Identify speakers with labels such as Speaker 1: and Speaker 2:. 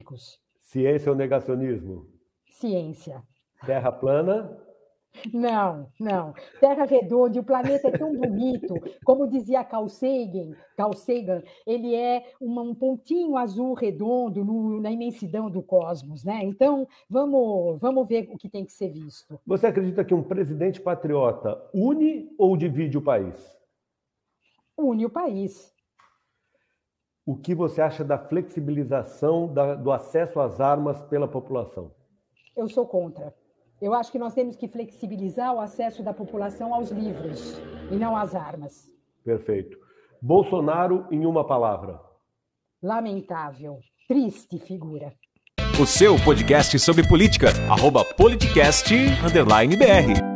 Speaker 1: científicos.
Speaker 2: Ciência ou é negacionismo?
Speaker 1: Ciência.
Speaker 2: Terra plana?
Speaker 1: Não, não. Terra redonda e o planeta é tão bonito. Como dizia Carl Sagan, Carl Sagan ele é uma, um pontinho azul redondo no- na imensidão do cosmos, né? Então, vamos, vamos ver o que tem que ser visto.
Speaker 2: Você acredita que um presidente patriota une ou divide o país?
Speaker 1: Une o país.
Speaker 2: O que você acha da flexibilização da- do acesso às armas pela população?
Speaker 1: Eu sou contra. Eu acho que nós temos que flexibilizar o acesso da população aos livros e não às armas.
Speaker 2: Perfeito. Bolsonaro em uma palavra.
Speaker 1: Lamentável. Triste figura.
Speaker 3: O seu podcast sobre política, arroba politicast, underline BR.